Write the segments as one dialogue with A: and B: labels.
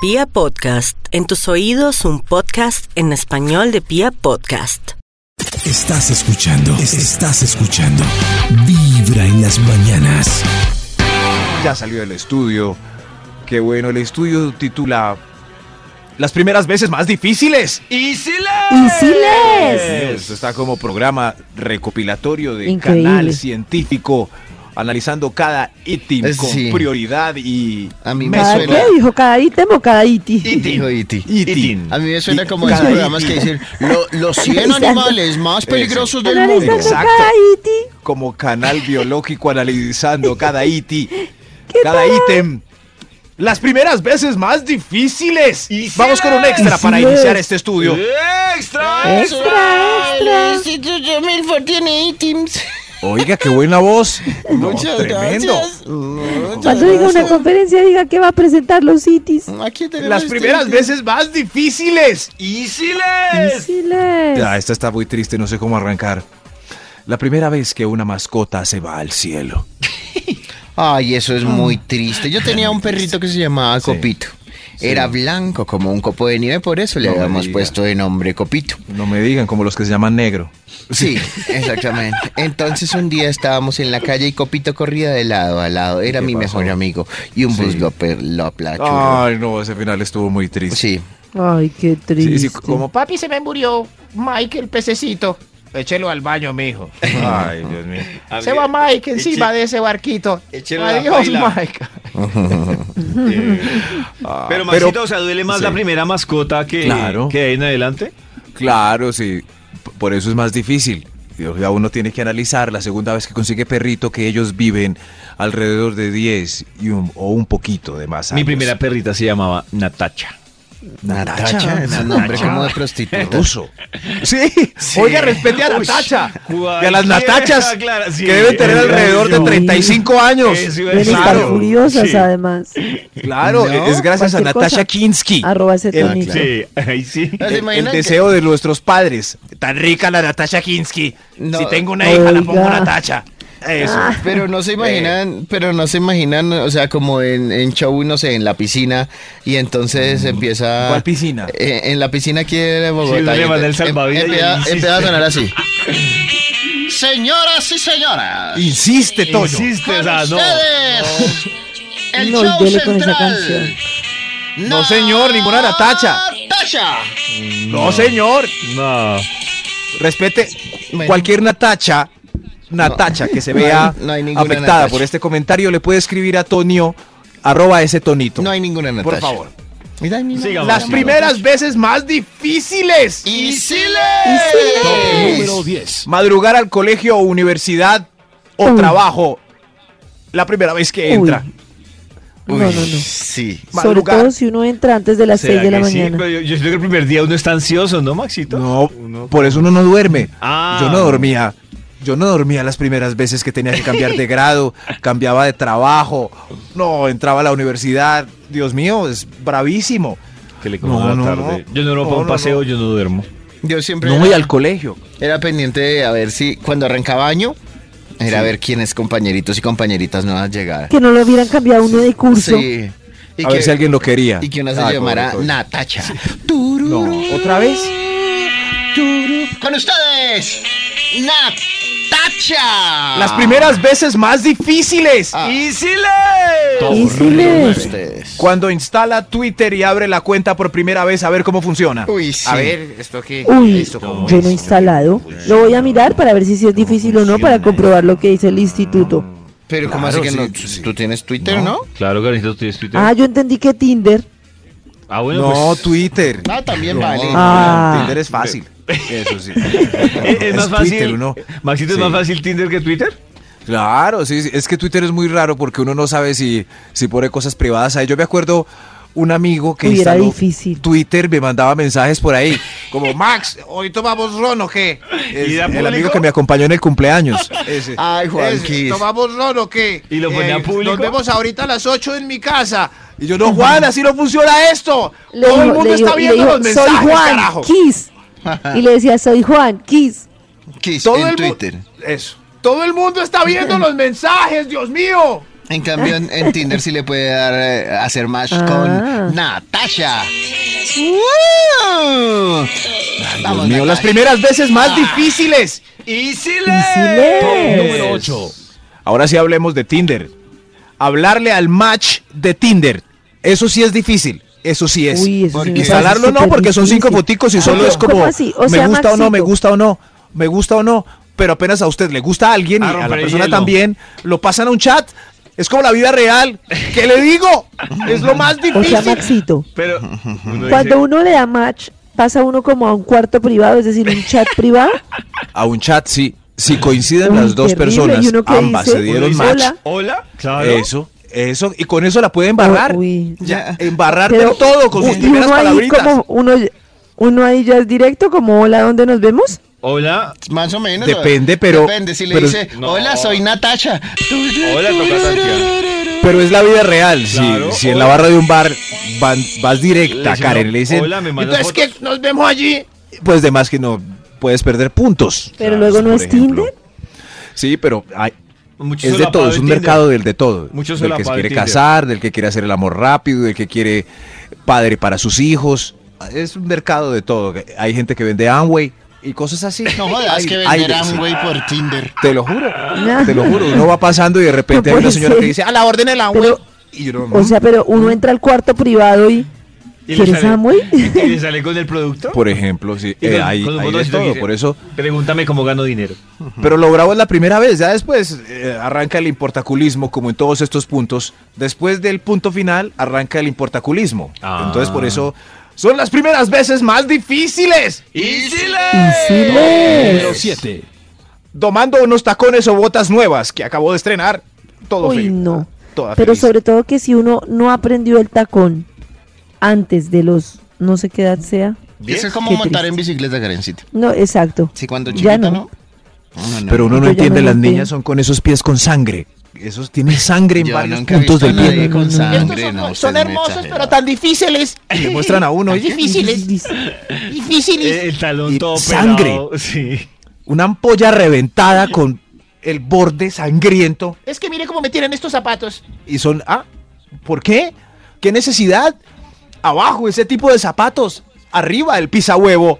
A: Pia Podcast, en tus oídos un podcast en español de Pia Podcast.
B: Estás escuchando, estás escuchando. Vibra en las mañanas.
C: Ya salió del estudio. Qué bueno, el estudio titula Las primeras veces más difíciles.
D: ¡Isiles!
C: Esto está como programa recopilatorio de
D: Increíble.
C: canal científico, analizando cada ítem
E: Eh,
C: con
E: sí.
C: prioridad y
E: A mí me
D: ¿Cada
E: suena.
D: qué dijo? ¿Cada ítem o cada iti?
E: Dijo Iti.
C: ítem.
E: A mí me suena
C: Y-
E: como esos
C: cada
E: programas que
C: ítem.
E: dicen "Lo- los 100 animales más peligrosos del mundo.
D: Analizando
C: Exacto.
D: cada iti.
C: como canal biológico analizando cada ítem, cada ítem. Las primeras veces más difíciles. Vamos con un extra para
D: Isiles.
C: iniciar este estudio.
D: Extra, extra.
E: El Instituto Milford tiene ítems.
C: Oiga, qué buena voz. No,
E: Muchas
C: tremendo.
E: gracias. Muchas
D: Cuando diga una
E: gracias.
D: conferencia, diga que va a presentar los itis.
E: Aquí tenemos
C: Las
E: este
C: primeras
E: ítem.
C: veces más difíciles.
D: Isiles.
C: Ah, esta está muy triste, no sé cómo arrancar. La primera vez que una mascota se va al cielo.
E: Ay, eso es muy
C: Ah.
E: triste. Yo tenía un perrito que se llamaba Copito. Era blanco como un copo de nieve, por eso le
C: No me
E: habíamos
C: diga.
E: puesto de nombre Copito.
C: No me digan como los que se llaman negro.
E: Sí, exactamente. Entonces un día estábamos en la calle y Copito corría de lado a lado. Era
C: ¿Qué
E: mi
C: pasó?
E: mejor amigo. Y un
C: Sí.
E: bus lo, pe- lo aplachó.
C: Ay, no, ese final estuvo muy triste.
E: Ah, Sí.
D: Ay, qué
C: Sí,
D: triste.
C: sí, como
F: Papi se me murió. Mike, el pececito. Échelo al baño, mijo.
C: Ay, Dios mío.
G: Ah,
F: Se va Mike encima de ese barquito. Adiós, Mike.
G: Pero
C: pero-
G: Maxito, o sea, duele más
C: sí.
G: la primera mascota que,
C: Claro.
G: que de ahí en adelante.
C: Claro, sí. P- Por eso es más difícil. Dios, Ya uno tiene que analizar la segunda vez que consigue perrito que ellos viven alrededor de 10 y un- o un poquito de más.
G: Mi
C: años.
G: primera perrita se llamaba Natacha.
E: Natacha, es un nombre como de prostituta.
C: Ruso. Sí. Oiga, respete a Natacha.
G: Uy,
C: Y a las
G: cualquiera,
C: Natachas
G: claro, sí,
C: que deben tener
G: es
C: alrededor de
D: gracioso.
C: 35 años.
G: Eso iba a
D: Deben
G: decir.
D: estar
C: Claro,
D: furiosas,
G: sí.
D: además.
C: claro.
E: No,
C: Es gracias a
D: cualquier cosa.
C: Natasha Kinsky.
D: Arroba ese
C: El-
D: tonito.
G: Sí, ahí sí.
E: ¿Se
C: El, el
E: imaginan que-
C: deseo de nuestros padres. Tan rica la Natasha Kinsky.
E: No.
C: Si tengo una hija, la pongo
D: Oiga.
C: Natasha. Eso.
E: Pero no se imaginan, pero no se imaginan, o sea, como en, en show, no sé, en la piscina, y entonces empieza...
C: ¿Cuál piscina?
E: Eh, en la piscina aquí de Bogotá.
G: Sí, uno
E: y
G: le manda el
E: em-
G: salvavidas y
E: empieza-
G: él insiste.
E: empieza a sonar así. Señoras y señoras,
C: Insiste, Toño.
G: Insiste, o sea, no.
E: ustedes, el
D: No,
E: show
D: duele con esa
E: central.
D: canción.
C: No, señor, ninguna Natacha.
E: Natacha.
C: No, señor.
G: No.
C: Respete
E: Bueno.
C: cualquier Natacha. Natacha que se
E: No hay-
C: vea
E: no hay ninguna
C: afectada
E: Natacha.
C: por este comentario le puede escribir a Tonio arroba ese tonito.
E: No hay ninguna Natacha.
C: Por favor.
E: Mira, mira,
G: Sigamos.
E: mira,
C: Las
E: mira.
C: primeras veces más difíciles.
E: Y Siles.
D: Número
C: Madrugar al colegio o universidad o
D: Uy.
C: trabajo. La primera vez que entra.
D: Uy. No, no, no.
E: Sí.
D: Sobre
C: Madrugar.
D: todo si uno entra antes de las 6
G: ¿Será
D: de la
G: que sí? Pues,
D: mañana.
G: Pero yo, yo creo que el primer día uno está ansioso, ¿no, Maxito?
C: No,
G: Uno-
C: por eso uno no duerme.
G: Ah.
C: Yo no dormía. Yo no dormía las primeras veces que tenía que cambiar de grado, cambiaba de trabajo, no entraba a la universidad. Dios mío, es bravísimo.
G: Que le coma
C: No,
G: la
C: no,
G: tarde.
C: no.
G: Yo no
C: No,
G: lo para un
C: no,
G: paseo,
C: no.
G: yo no duermo.
E: Yo siempre
C: No voy
E: era,
C: al colegio.
E: era pendiente de a ver si cuando arrancaba año era ver quiénes compañeritos y compañeritas nuevas llegaban.
D: Que no lo hubieran cambiado uno de curso.
E: Sí. Y
C: a ver si alguien lo quería.
E: Y que una se
C: Ah,
E: llamara
C: pobre coño.
E: Natacha.
C: No, ¿otra vez?
E: Con ustedes, Natacha.
C: Las primeras veces más difíciles.
E: Ah. Con
D: Isiles.
E: ustedes.
C: Cuando instala Twitter y abre la cuenta por primera vez a ver cómo funciona.
E: Uy, sí.
F: A ver, ¿esto qué?
D: Uy,
F: ¿Esto cómo
D: yo
F: es?
D: no he instalado. Lo voy a mirar para ver si sí es difícil o no, para comprobar lo que dice el instituto.
E: Pero ¿cómo
C: Claro,
E: así que no?
C: sí,
E: ¿Tú-
C: sí.
E: ¿Tú tienes Twitter, no?
G: Claro, Carlito, tú tienes Twitter.
D: Ah, yo entendí que Tinder.
G: Ah, bueno,
C: No,
G: pues,
C: Twitter.
E: Ah, también vale.
D: Ah.
C: Tinder es fácil. Eso sí.
G: es, es más fácil.
C: Twitter, uno-
G: Maxito, ¿es
C: Sí.
G: más fácil Tinder que Twitter?
C: Claro, sí, sí, es que Twitter es muy raro porque uno no sabe si, si pone cosas privadas ahí. Yo me acuerdo un amigo que
D: Uy, era
C: instaló
D: difícil.
C: Twitter me mandaba mensajes por ahí.
F: Como Max, hoy tomamos ron o qué?
C: Es
G: ¿Y da
C: el
G: público?
C: amigo que me acompañó en el cumpleaños. Ese.
E: Ay, Juanquis.
F: Es, ¿Tomamos ron o qué? Eh,
G: ¿Y lo ponía público?
F: Nos vemos ahorita a las 8 en mi casa.
C: Y yo, no, Juan, así no funciona esto.
D: Le
C: Todo el
D: dijo-
C: mundo
D: le
C: está
D: dijo- y le
C: viendo
D: dijo,
C: los mensajes,
D: Soy Juan,
C: carajo".
D: Kiss. Y le decía, soy Juan, Kiss.
E: Kiss
C: Todo
E: en
C: el mu-
E: Twitter.
C: Eso.
F: Todo el mundo está viendo los mensajes, Dios mío.
E: En cambio, en, en Tinder sí le puede dar eh, hacer match
D: Ah.
E: con Natasha. ¡Woo!
C: Dios
E: Vamos,
C: mío, las
E: Natasha.
C: primeras veces más difíciles.
D: Chile.
C: Ahora sí hablemos de Tinder. Hablarle al match de Tinder. Eso sí es difícil. Eso sí es.
D: Uy, eso sí
E: Porque
D: me parece
C: Instalarlo no,
D: súper
C: porque son cinco
D: difícil.
C: foticos y
D: Ah,
C: solo
D: ¿cómo-
C: es como
D: cómo así? O
C: me
D: sea,
C: gusta o no, me
D: Maxito,
C: gusta o no, me gusta o no, pero apenas a usted le gusta a alguien y
G: A
C: a la
G: romper
C: persona
G: hielo.
C: también, lo pasan a un chat. Es como la vida real. ¿Qué le digo? Es lo más
D: O sea,
C: difícil.
D: Maxito,
G: Pero uno
D: cuando
G: dice,
D: uno le da match, pasa uno como a un cuarto privado, es decir, un chat privado.
C: A un chat sí, si coinciden
D: Uy,
C: las dos
D: terrible,
C: personas,
D: ¿y uno qué
C: ambas
D: dice?
C: se
G: uno
C: dieron
G: dice,
C: match.
D: Hola.
G: Hola, Eh, claro.
C: Eso, eso y con eso la puede embarrar.
D: Uy.
E: Ya.
C: Embarrar
D: Pero-
C: del todo con
D: y
C: sus primeras
D: uno ahí
C: palabritas.
D: como uno, uno ahí ya es directo, como hola, ¿dónde nos vemos?
G: Hola,
E: Más o menos.
C: Depende, pero-
E: Depende, si le
C: pero-
E: dice,
G: No.
E: hola, soy Natasha.
G: hola, toca tantear.
C: Pero es la vida real. si-
G: Claro,
C: si en
G: hola.
C: la barra de un bar van- vas directa,
G: Le
C: Karen, le dicen,
G: Hola, me mandas
F: Entonces,
G: fotos.
F: que nos vemos allí.
C: pues de más que no puedes perder puntos.
D: Pero luego no
C: por
D: es
C: ejemplo.
D: Tinder.
C: Sí, pero hay-
G: Mucho
C: es de
G: solapado
C: todo, es
G: en
C: un
G: Tinder.
C: mercado del de todo.
G: Mucho
C: del que se
G: solapado en
C: quiere
G: Tinder.
C: casar, del que quiere hacer el amor rápido, del que quiere padre para sus hijos. Es un mercado de todo. Hay gente que vende Amway y cosas así.
E: No jodas
C: Hay-
E: que
C: hay de-
E: venderán,
C: sí.
E: güey, por Tinder.
C: Te lo juro, te lo juro. Uno va pasando y de repente
D: No
C: hay una
D: puede
C: señora
D: ser.
C: que dice, a la orden el Amway.
D: Pero-
C: y yo "Mm, no,
D: O sea, pero uno entra al cuarto privado y...
G: Y le
D: ¿Quieres
G: sale-
D: Amway?
G: ¿Y le sale con el producto?
C: por ejemplo, sí,
G: Y
C: eh,
G: con-
C: hay,
G: con un
C: hay de
G: botoncito que
C: todo.
G: dice,
C: Por eso
G: Pregúntame cómo gano dinero.
C: Pero lo bravo es la primera vez, ya después eh, arranca el importaculismo, como en todos estos puntos. Después del punto final, arranca el importaculismo.
G: Ah.
C: Entonces, por eso son las primeras veces más difíciles.
D: Isiles.
G: 7.
C: Domando unos tacones o botas nuevas que acabo de estrenar. Todo
D: Uy,
C: feliz.
D: no.
C: Toda
D: Pero
C: feliz.
D: sobre todo que si uno no aprendió el tacón antes de los no sé qué edad sea.
E: Eso es como
D: Qué
E: montar
D: triste.
E: en bicicleta, Karencita.
D: No, exacto.
E: Si cuando
D: Ya
E: chiquita,
D: no.
E: ¿no? No, no, no.
C: Pero uno
D: Yo
C: no
D: ya
C: entiende,
D: no
C: las
D: entiendo.
C: niñas son con esos pies con sangre. Esos tienen sangre en
E: Yo
C: varios
E: nunca he
C: puntos
E: visto a
C: del pie.
E: nadie con
D: Estos son-
E: sangre.
F: Estos son,
E: no,
F: son
E: ustedes me
F: hermosos,
E: exageran.
F: pero tan difíciles.
C: Y le muestran a uno,
F: Tan
C: es
F: difíciles.
G: El,
F: Difíciles.
G: el talón
C: Y
G: todo
C: sangre.
G: pelado, Sí.
C: una ampolla reventada con el borde sangriento.
F: Es que mire cómo me tiran estos zapatos.
C: Y son, ah, ¿por qué? ¿Qué necesidad? Abajo, ese tipo de zapatos. Arriba, el pisahuevo.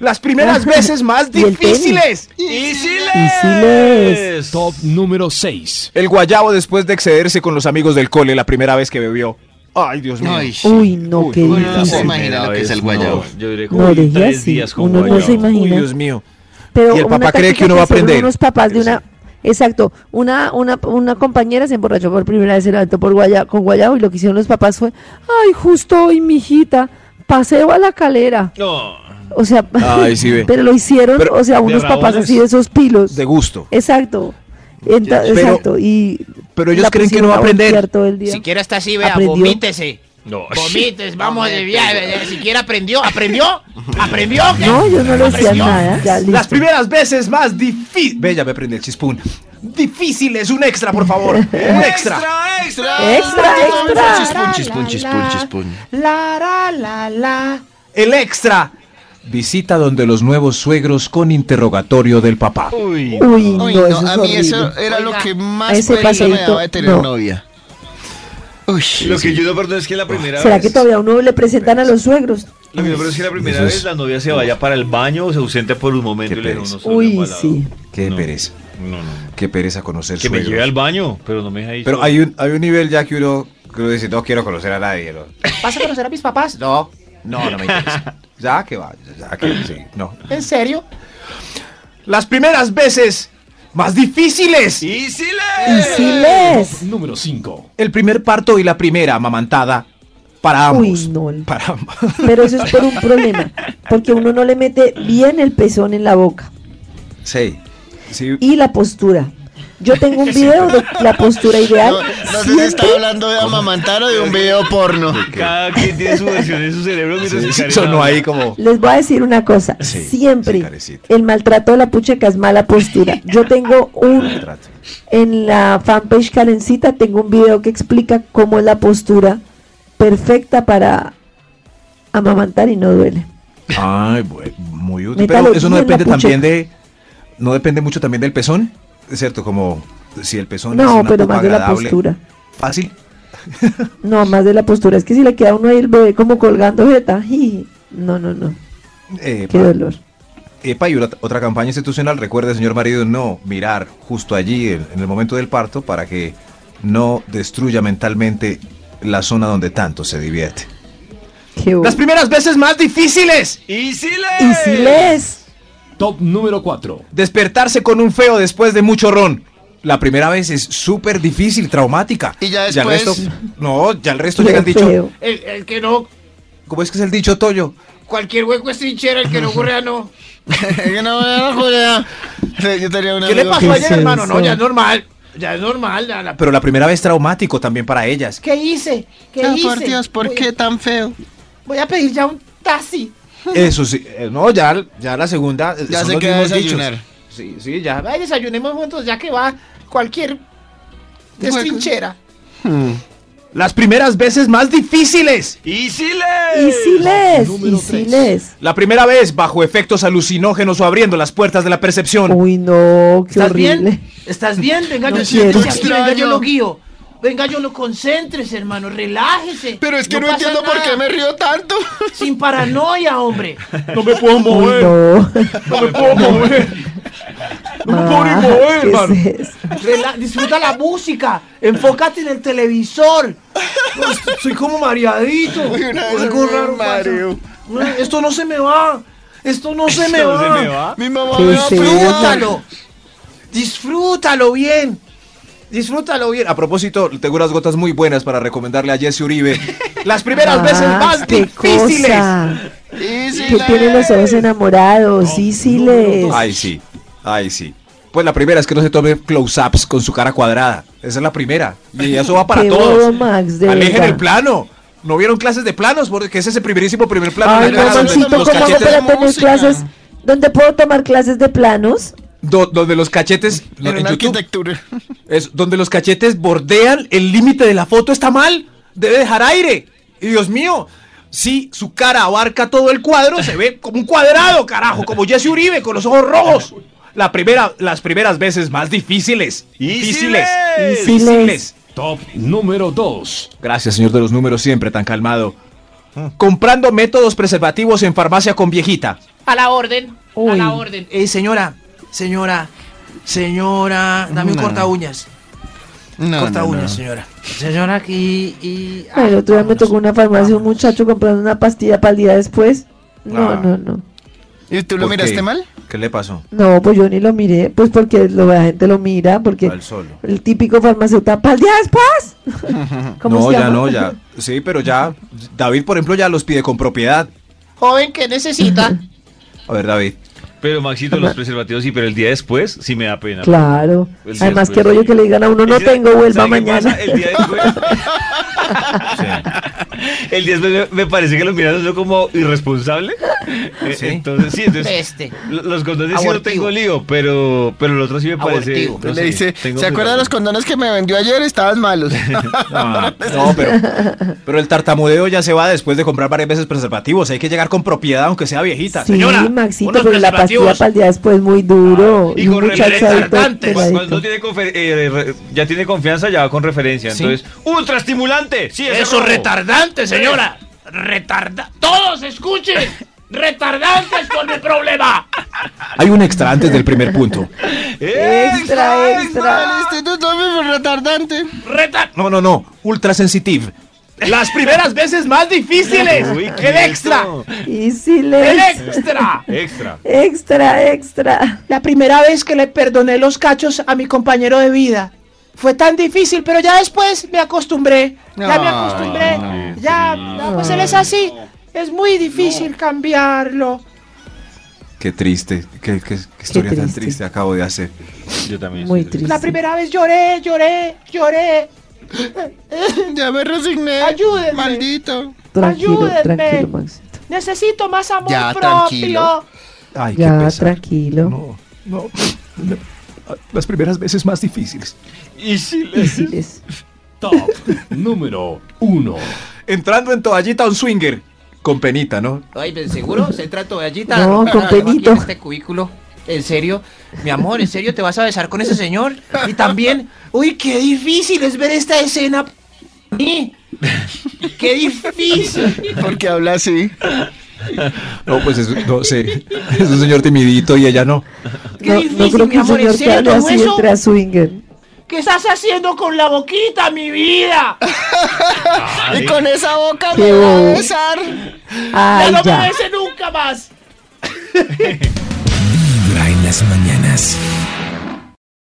C: Las primeras veces más
D: Y el tenis.
C: difíciles.
D: Isiles.
G: Top número 6.
C: El guayabo después de excederse con los amigos del cole la primera vez que bebió. Ay, Dios mío.
E: Ay,
D: Uy, no,
C: Uy,
D: qué
C: uy,
E: no se
D: difícil.
E: imagina lo que es el guayabo.
G: No, yo diré
D: No,
G: como
D: dejé
G: tres
D: así.
G: días con
D: Uno no se
G: guayabo.
D: imagina.
C: Uy, Dios mío.
D: Pero
C: Y el
D: una
C: papá cree
D: táctica
C: que uno va a
D: hicieron
C: aprender.
D: Unos papás de una, exacto, una, una, una compañera se emborrachó por primera vez, se levantó por guaya, con guayabo y lo que hicieron los papás fue, ay, justo hoy, mijita, paseo a la calera.
G: No.
D: O sea,
C: Ay, Ah, sí ve.
D: pero lo hicieron,
C: Pero-
D: o sea, unos papás
G: rabones.
D: así de esos pilos.
C: De gusto.
D: Exacto. Enta-
C: Pero-
D: exacto. Y
C: pero ellos
D: la
C: creen que no
D: pusieron
C: va a aprender.
D: voltear Todo el día.
F: Siquiera está así, vea,
D: Aprendió.
F: vomítese.
G: No.
F: Vomites, vamos de
E: Vomítese.
F: viaje. Siquiera aprendió, aprendió, aprendió. ¿qué?
D: No, yo no le decía
F: Aprendió.
D: nada. Ya, listo.
C: Las primeras veces más difíciles. Bella, me prende el chispún. Difíciles, un extra, por favor. Un extra.
D: Extra, extra.
E: Chispun, chispun, chispun, chispun.
C: El extra. Visita donde los nuevos suegros con interrogatorio del papá.
G: Uy.
D: Uy, no,
E: Uy,
D: eso
E: no,
D: es
E: a mí
D: horrible.
E: eso era lo que más
D: ese
E: pereza me
D: paseíto,
E: daba de tener
D: no.
E: novia. Uy,
G: Lo que yo no perdono es que la primera
D: ¿Será
G: vez.
D: que todavía a uno le presentan a los suegros?
G: Lo que no perdono es que la primera
C: Eso es-
G: vez la novia se vaya para el baño o se ausente por un momento
C: Qué
G: y le dé
C: pereza.
G: unos
D: Uy, sí.
C: Qué
G: No.
C: pereza.
G: No, no, no.
C: Qué pereza conocer
G: Que me
C: suegros.
G: lleve al baño, pero no me deja ir.
C: Pero hay un, hay un nivel ya que uno, que uno dice, no quiero conocer a nadie. ¿no?
F: ¿Vas a conocer a mis papás?
C: No, no, no me interesa. ya que va, ya que sí, no.
F: ¿En serio?
C: Las primeras veces más difíciles.
G: ¡Y
D: Y sí les.
G: Número 5.
C: El primer parto y la primera amamantada para
D: Uy,
C: ambos.
D: no. el-
C: Para ambos.
D: Pero eso es por un problema. Porque uno no le mete bien el pezón en la boca.
C: Sí. sí.
D: Y la postura. Yo tengo un video de la postura ideal.
E: No, no sé si
D: Siempre-
E: estaba hablando de amamantar o de un video porno.
G: Cada quien Ah, tiene su versión en su cerebro. mientras
C: Sí,
G: que
C: sí,
G: Karen
C: sonó
G: habla.
C: ahí como...
D: Les voy a decir una cosa.
C: Sí, sí,
D: Siempre
C: carecita.
D: el maltrato de la pucheca es mala postura. Yo tengo un En la fanpage Karencita tengo un video que explica cómo es la postura perfecta para amamantar y no duele.
C: Ay, bue- muy útil.
D: Métalo
C: Pero eso no
D: bien la
C: depende también de. No depende mucho también del pezón. Es cierto, como si el pezón es
D: No,
C: una
D: pero
C: popa
D: más de la
C: agradable,
D: postura.
C: Fácil.
D: No, más de la postura. Es que si le queda a uno ahí el bebé como colgando jeta. jiji. No, no, no.
C: Eh,
D: Qué dolor.
C: Epa, y una- otra campaña institucional, recuerde, señor marido, no mirar justo allí en, en el momento del parto para que no destruya mentalmente la zona donde tanto se divierte.
D: Qué
F: Las
D: dolor.
F: primeras veces más difíciles.
G: ¡Y si
D: Y si lees.
H: Top número 4.
C: Despertarse con un feo después de mucho ron. La primera vez es súper difícil, traumática.
E: Y ya
C: el
E: después-
C: resto- no, ya el resto
D: Qué
C: llegan dicho.
D: feo.
F: El, el que no,
C: ¿Cómo es que es el dicho Toyo?
F: cualquier hueco es trinchera, el que no correa no.
E: Yo no, no, Julia. Yo tenía una.
F: ¿Qué le pasó
D: ¿qué es
F: ayer, hermano? No,
D: eso?
F: ya es normal. Ya es normal. la- la-
C: Ah, Pero la primera vez traumático también para ellas.
F: ¿Qué hice? ¿Qué hice?
E: por Dios, ¿por
F: Voy a-
E: qué tan feo?
F: Voy a pedir ya un taxi.
C: Eso sí, eh, no, ya, ya la segunda. eh,
E: Ya
C: son
E: se
C: los
E: queda
C: mismos
E: desayunar.
C: dichos. Sí, sí, ya.
F: Ay, desayunemos juntos, ya que va cualquier
E: Hueco.
F: destrinchera.
C: Las primeras veces más difíciles.
G: ¡Y si
D: Y si lees.
H: Número
D: Y si
H: tres.
D: lees.
C: La primera vez bajo efectos alucinógenos o abriendo las puertas de la percepción.
D: Uy, no, qué
F: ¿Estás
D: horrible.
F: bien? ¿Estás bien? Venga,
D: No
F: yo,
D: quiero.
F: siéntese aquí, venga, yo
E: Extraño.
F: lo guío. Venga, yo lo concentres, hermano. Relájese.
E: Pero es que no,
F: pasa
E: entiendo por
F: nada.
E: qué me río tanto.
F: Sin paranoia, hombre.
H: No me puedo
D: Uy,
H: mover.
D: no.
H: No me puedo mover. No me puedo ni
D: Ah,
H: mover,
D: ¿qué
H: hermano.
D: es eso?
F: Rela- disfruta la música. Enfócate en el televisor. No, Soy como mareadito.
E: Uy, una vez
F: Algo
E: me
F: raro pasa.
E: mareo.
F: No, Esto no se me
C: ah.
F: va. Esto no se me
G: no se
F: va.
G: me va?
E: Mi mamá
D: Qué
E: me va a
D: feo.
E: pegar.
F: Disfrútalo. Disfrútalo bien.
C: Disfrútalo bien. A propósito, tengo unas gotas muy buenas para recomendarle a Jesse Uribe. Las primeras
D: Ah,
C: veces más
D: qué
C: difíciles.
D: cosa.
E: Y si
D: Que tiene los ojos enamorados. Sí, sí lees.
C: Ay, sí. Ay, sí. Pues la primera es que no se tome close-ups con su cara cuadrada. Esa es la primera. Y eso va para
D: Qué
C: todos.
D: bobo, Max, de
C: Alejen
D: verdad.
C: el plano. ¿No vieron clases de planos? Porque es ese primerísimo primer plano.
D: Ay,
C: Ahí
D: no,
C: agarran
D: Maxito,
C: los
D: ¿cómo hago
C: cachetes-
D: para
E: de
D: tener
E: música.
D: clases? ¿Dónde puedo tomar clases de planos?
C: do- donde los cachetes... no,
E: En
C: en
E: una
C: YouTube.
E: arquitectura.
C: Es donde los cachetes bordean el límite de la foto está mal. Debe dejar aire. Y Dios mío, si su cara abarca todo el cuadro, se ve como un cuadrado, carajo, como Jesse Uribe con los ojos rojos. La primera, las primeras veces más difíciles. Difíciles.
G: Difíciles.
C: Difíciles.
H: Top número 2.
C: Gracias, señor de los números, siempre tan calmado. Comprando métodos preservativos en farmacia con viejita.
F: A la orden. A la orden.
E: Eh,
I: Ey, señora, señora, señora, dame un
E: No.
I: corta uñas.
E: No,
I: corta
E: no,
I: uñas,
E: no.
I: señora. Señora, aquí y.
F: Ah,
D: Ay, el otro día me tocó en una farmacia un muchacho comprando una pastilla para el día después. No,
C: Ah.
D: no, no.
E: ¿Y tú lo
C: ¿Por qué?
E: miraste mal?
C: ¿Qué le pasó?
D: No, pues yo ni lo miré, pues porque lo, la gente lo mira, porque
C: Al solo.
D: el típico farmacéutico, para el día después. ¿Cómo
C: No,
D: se
C: ya
D: llama?
C: no, ya. Sí, pero ya. David, por ejemplo, ya los pide con propiedad.
F: Joven, ¿qué necesita?
C: A ver, David.
G: Pero Maxito, los preservativos sí, pero el día después sí me da pena.
D: Claro.
G: El
C: Pues
G: día
D: Además, qué
G: después,
D: rollo
G: sí.
D: que le digan a uno, no
G: Ese-
D: tengo, vuelva
G: ¿sabe qué
D: mañana.
G: pasa? El día después. El día después me me parece que los miran yo como irresponsable. Eh,
C: Sí.
G: Entonces, sí, entonces.
F: Peste.
G: lo- Los condones sí no
F: Abortivo.
G: tengo lío, pero, pero el otro sí me parece.
F: Abortivo.
G: no
E: le
G: sé,
E: dice,
G: tengo
E: ¿se acuerda de los
G: cuidado".
E: condones que me vendió ayer? Estaban malos. Este
C: Ah, no, pero, pero el tartamudeo ya se va después de comprar varias veces preservativos. Hay que llegar con propiedad, aunque sea viejita.
D: Sí,
I: Señora,
D: Maxito,
I: unos
D: pero la pastilla
I: preservativos.
D: para el día después muy duro.
G: Y con
D: un muchacho
G: referencia,
D: ahí todo
G: antes, cuando
D: peladito.
G: cuando tiene confer- eh, re- ya tiene confianza, ya va con referencia. Entonces, ultra estimulante. Sí, ese
I: Eso
G: robo.
I: retardante, señora. Retarda. ¡Todos escuchen! ¡Retardantes con mi problema!
C: Hay un extra antes del primer punto.
D: Extra, extra.
E: El instituto mismo retardante.
I: Retar.
C: No, no, no. Ultra sensitive.
I: Las primeras veces más difíciles.
G: Uy, qué
I: el extra.
G: lindo.
D: Y si
I: El
D: lees.
I: extra.
G: Extra.
D: Extra, extra.
F: La primera vez que le perdoné los cachos a mi compañero de vida. Fue tan difícil, pero ya después me acostumbré. Ya me
E: No,
F: acostumbré.
E: no,
F: ya, no, pues él es así. Es muy difícil cambiarlo.
C: Qué triste. Qué, qué- qué historia tan
D: triste.
C: triste acabo de hacer.
G: Yo también.
D: Muy
G: estoy triste.
D: triste.
I: Pues
F: La primera vez lloré, lloré, lloré.
E: Ya me resigné.
F: Ayúdenme.
E: Maldito.
D: Tranquilo,
F: Ayúdenme.
D: tranquilo, Maxito.
F: Necesito más amor
E: Ya,
F: propio.
E: tranquilo.
C: Ay, qué
D: Ya,
C: pesar.
D: tranquilo.
C: No, no, no. Las primeras veces más difíciles.
G: Y sí, le-
D: Y si lees.
H: Top número 1.
C: Entrando en toallita a un swinger. Con penita, ¿no?
I: Ay, ¿seguro? ¿Se entra toallita?
D: No, con
I: Tengo aquí
D: penito.
I: en Este cubículo.
F: ¿En serio? Mi amor, ¿en serio te vas a besar con ese señor? Y también, uy, qué difícil es ver esta escena. para mí. Qué difícil.
E: Porque habla así.
C: No, pues es, no sé. Es un señor timidito y ella no.
F: Qué
D: No,
F: difícil,
D: no creo
F: mi
D: que un
F: amor, ¿en
D: señor que
F: serio
D: hable
F: todo
D: así
F: eso?
D: entre a swinger.
I: ¿Qué estás haciendo con la boquita, mi vida?
E: Y con esa boca
D: Qué
E: me va
D: bobo.
E: a besar.
I: Ya
D: Ay,
I: no me
D: ya.
I: bese nunca más.
B: Vibra en las mañanas.